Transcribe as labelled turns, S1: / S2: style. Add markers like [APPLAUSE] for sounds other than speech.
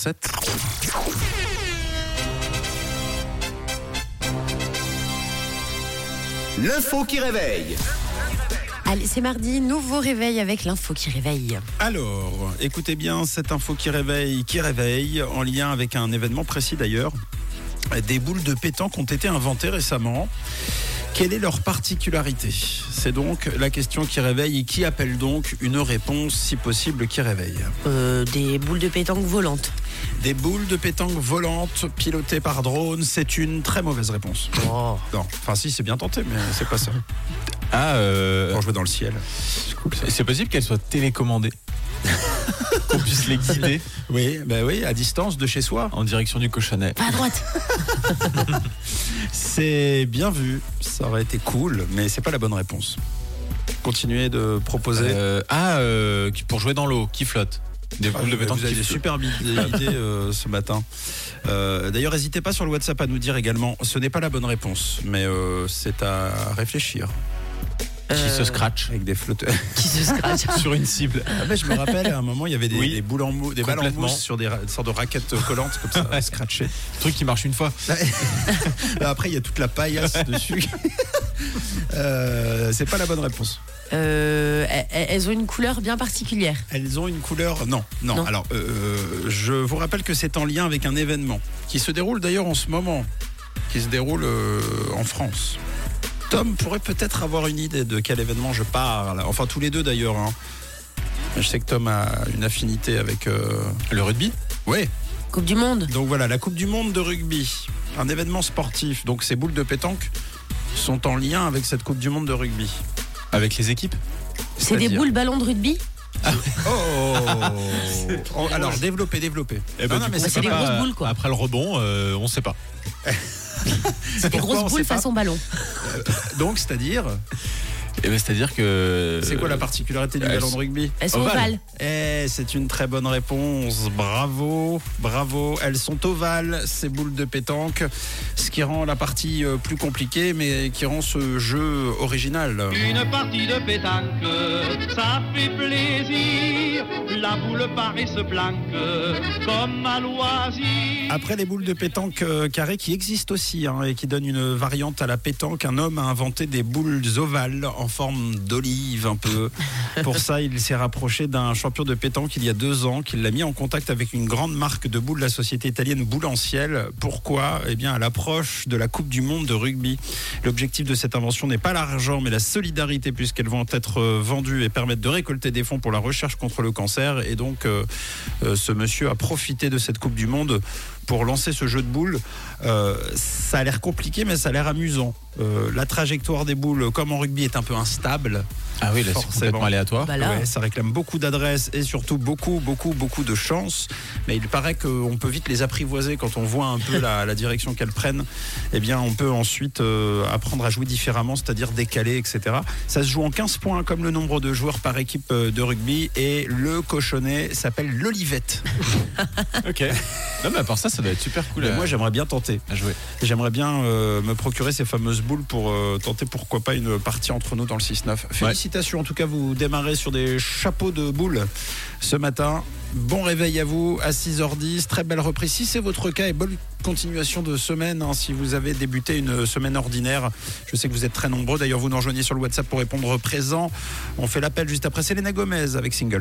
S1: 7.
S2: L'info qui réveille.
S3: Allez, c'est mardi, nouveau réveil avec l'info qui réveille.
S1: Alors, écoutez bien cette info qui réveille, qui réveille, en lien avec un événement précis d'ailleurs. Des boules de pétanque ont été inventées récemment. Quelle est leur particularité C'est donc la question qui réveille et qui appelle donc une réponse, si possible, qui réveille.
S3: Euh, des boules de pétanque volantes.
S1: Des boules de pétanque volantes pilotées par drone, c'est une très mauvaise réponse.
S3: Oh.
S1: Non, enfin si, c'est bien tenté, mais c'est pas ça.
S4: Ah, euh,
S1: Pour jouer dans le ciel. C'est cool ça.
S4: c'est possible qu'elles
S3: [LAUGHS]
S4: soient télécommandées. Qu'on puisse les guider
S1: Oui, bah oui, à distance de chez soi.
S4: en direction du cochonnet.
S3: Pas à droite.
S1: C'est bien vu, ça aurait été cool, mais c'est pas la bonne réponse. Continuez de proposer.
S4: Euh, ah, euh, qui- pour jouer dans l'eau, qui flotte. Des
S1: Ah,
S4: boules de
S1: vous
S4: pétanque
S1: avez
S4: qui
S1: des
S4: flottent. [LAUGHS]
S1: superbes idées idées, euh, ce matin. Euh, D'ailleurs, n'hésitez pas sur le WhatsApp à nous dire également. Ce n'est pas la bonne réponse, mais euh, c'est à réfléchir
S3: Euh,
S4: qui
S3: [LAUGHS]
S4: se scratch
S1: avec des
S4: [LAUGHS]
S1: flotteurs.
S3: Qui se scratch.
S4: sur une cible.
S1: Ah ben, je me rappelle à un moment, il y avait des,
S4: Oui,
S1: des boules en mou- des balles en
S4: complètement.
S1: mousse sur des, ra- sortes de raquettes collantes comme
S4: [LAUGHS]
S1: ça, scratchées.
S4: Truc qui marche une fois.
S1: Là, après, il y a toute la
S4: [LAUGHS]
S1: paillasse dessus. [LAUGHS] Euh, c'est pas la bonne réponse.
S3: Euh, elles- elles ont une couleur bien particulière.
S1: Elles ont une couleur. Non, non.
S3: Non.
S1: Alors, euh, je vous rappelle que c'est en lien avec un événement qui se déroule d'ailleurs en ce moment, qui se déroule euh, en France. Tom pourrait peut-être avoir une idée de quel événement je parle. Enfin, tous les deux d'ailleurs. hein. Je sais que Tom a une affinité avec. euh,
S4: Le rugby
S1: Ouais.
S3: Coupe du Monde.
S1: Donc voilà, la Coupe du Monde de rugby, un événement sportif. Donc ces boules de pétanque sont en lien avec cette Coupe du Monde de rugby.
S4: Avec les équipes
S3: C'est des
S1: C'est-à-dire
S3: boules ballons de rugby
S1: [LAUGHS] Oh Alors développer, développer.
S4: Eh ben,
S1: Non, non,
S4: du
S1: mais
S4: coup,
S1: c'est
S4: on sait
S3: des
S4: pas.
S3: grosses boules, quoi.
S4: Après le rebond, euh, on sait pas.
S3: C'est des
S1: Pourquoi on
S3: grosses
S1: sait
S3: boules
S1: pas
S3: façon ballon.
S1: Donc, c'est-à-dire,
S4: Eh ben, C'est-à-dire que.
S1: c'est quoi la particularité du
S4: euh,
S1: ballon de rugby
S3: Elles sont
S4: Ovale.
S3: ovales.
S1: Eh, c'est une très bonne réponse. Bravo, bravo. Elles sont ovales, ces boules de pétanque, ce qui rend la partie euh, plus compliquée, mais qui rend ce jeu original.
S5: Une partie de pétanque, ça fait plaisir. La boule paraît se planque, comme à loisir.
S1: Après les boules de pétanque euh, carrées qui existent aussi hein, et qui donnent une variante à la pétanque, un homme a inventé des boules ovales en forme d'olive un peu. Pour ça, il s'est rapproché d'un champion de pétanque il y a deux ans, qui l'a mis en contact avec une grande marque de boules, la société italienne Boulanciel. Pourquoi Eh bien, à l'approche de la Coupe du Monde de rugby. L'objectif de cette invention n'est pas l'argent, mais la solidarité, puisqu'elles vont être euh, vendues et permettre de récolter des fonds pour la recherche contre le cancer. Et donc, euh, euh, ce monsieur a profité de cette Coupe du Monde pour lancer ce jeu de boules. Euh, ça a l'air compliqué, mais ça a l'air amusant. Euh, la trajectoire des boules, comme en rugby, est un peu instable.
S4: Ah oui, là, c'est
S1: Forcément.
S4: complètement aléatoire.
S3: Bah là.
S1: Ouais, ça réclame beaucoup d'adresse et surtout beaucoup, beaucoup, beaucoup de chance. Mais il paraît qu'on peut vite les apprivoiser quand on voit un peu
S3: [LAUGHS]
S1: la, la direction qu'elles prennent. Eh bien, on peut ensuite euh, apprendre à jouer différemment, c'est-à-dire décaler, etc. Ça se joue en 15 points, comme le nombre de joueurs par équipe euh, de rugby. Et le cochonnet s'appelle l'olivette.
S4: [LAUGHS] Ok. non, mais à part ça, ça doit être super cool
S1: Et
S4: à,
S1: Moi, j'aimerais bien tenter.
S4: à jouer.
S1: J'aimerais bien euh, me procurer ces fameuses boules pour euh, tenter pourquoi pas une partie entre nous dans le 6-9. Félicitations, en tout cas vous démarrez sur des chapeaux de boules ce matin. Bon réveil à vous à 6h10, très belle reprise si c'est votre cas et bonne continuation de semaine hein, si vous avez débuté une semaine ordinaire. Je sais que vous êtes très nombreux, d'ailleurs vous nous rejoignez sur le WhatsApp pour répondre présent. On fait l'appel juste après, c'est Léna Gomez avec Single.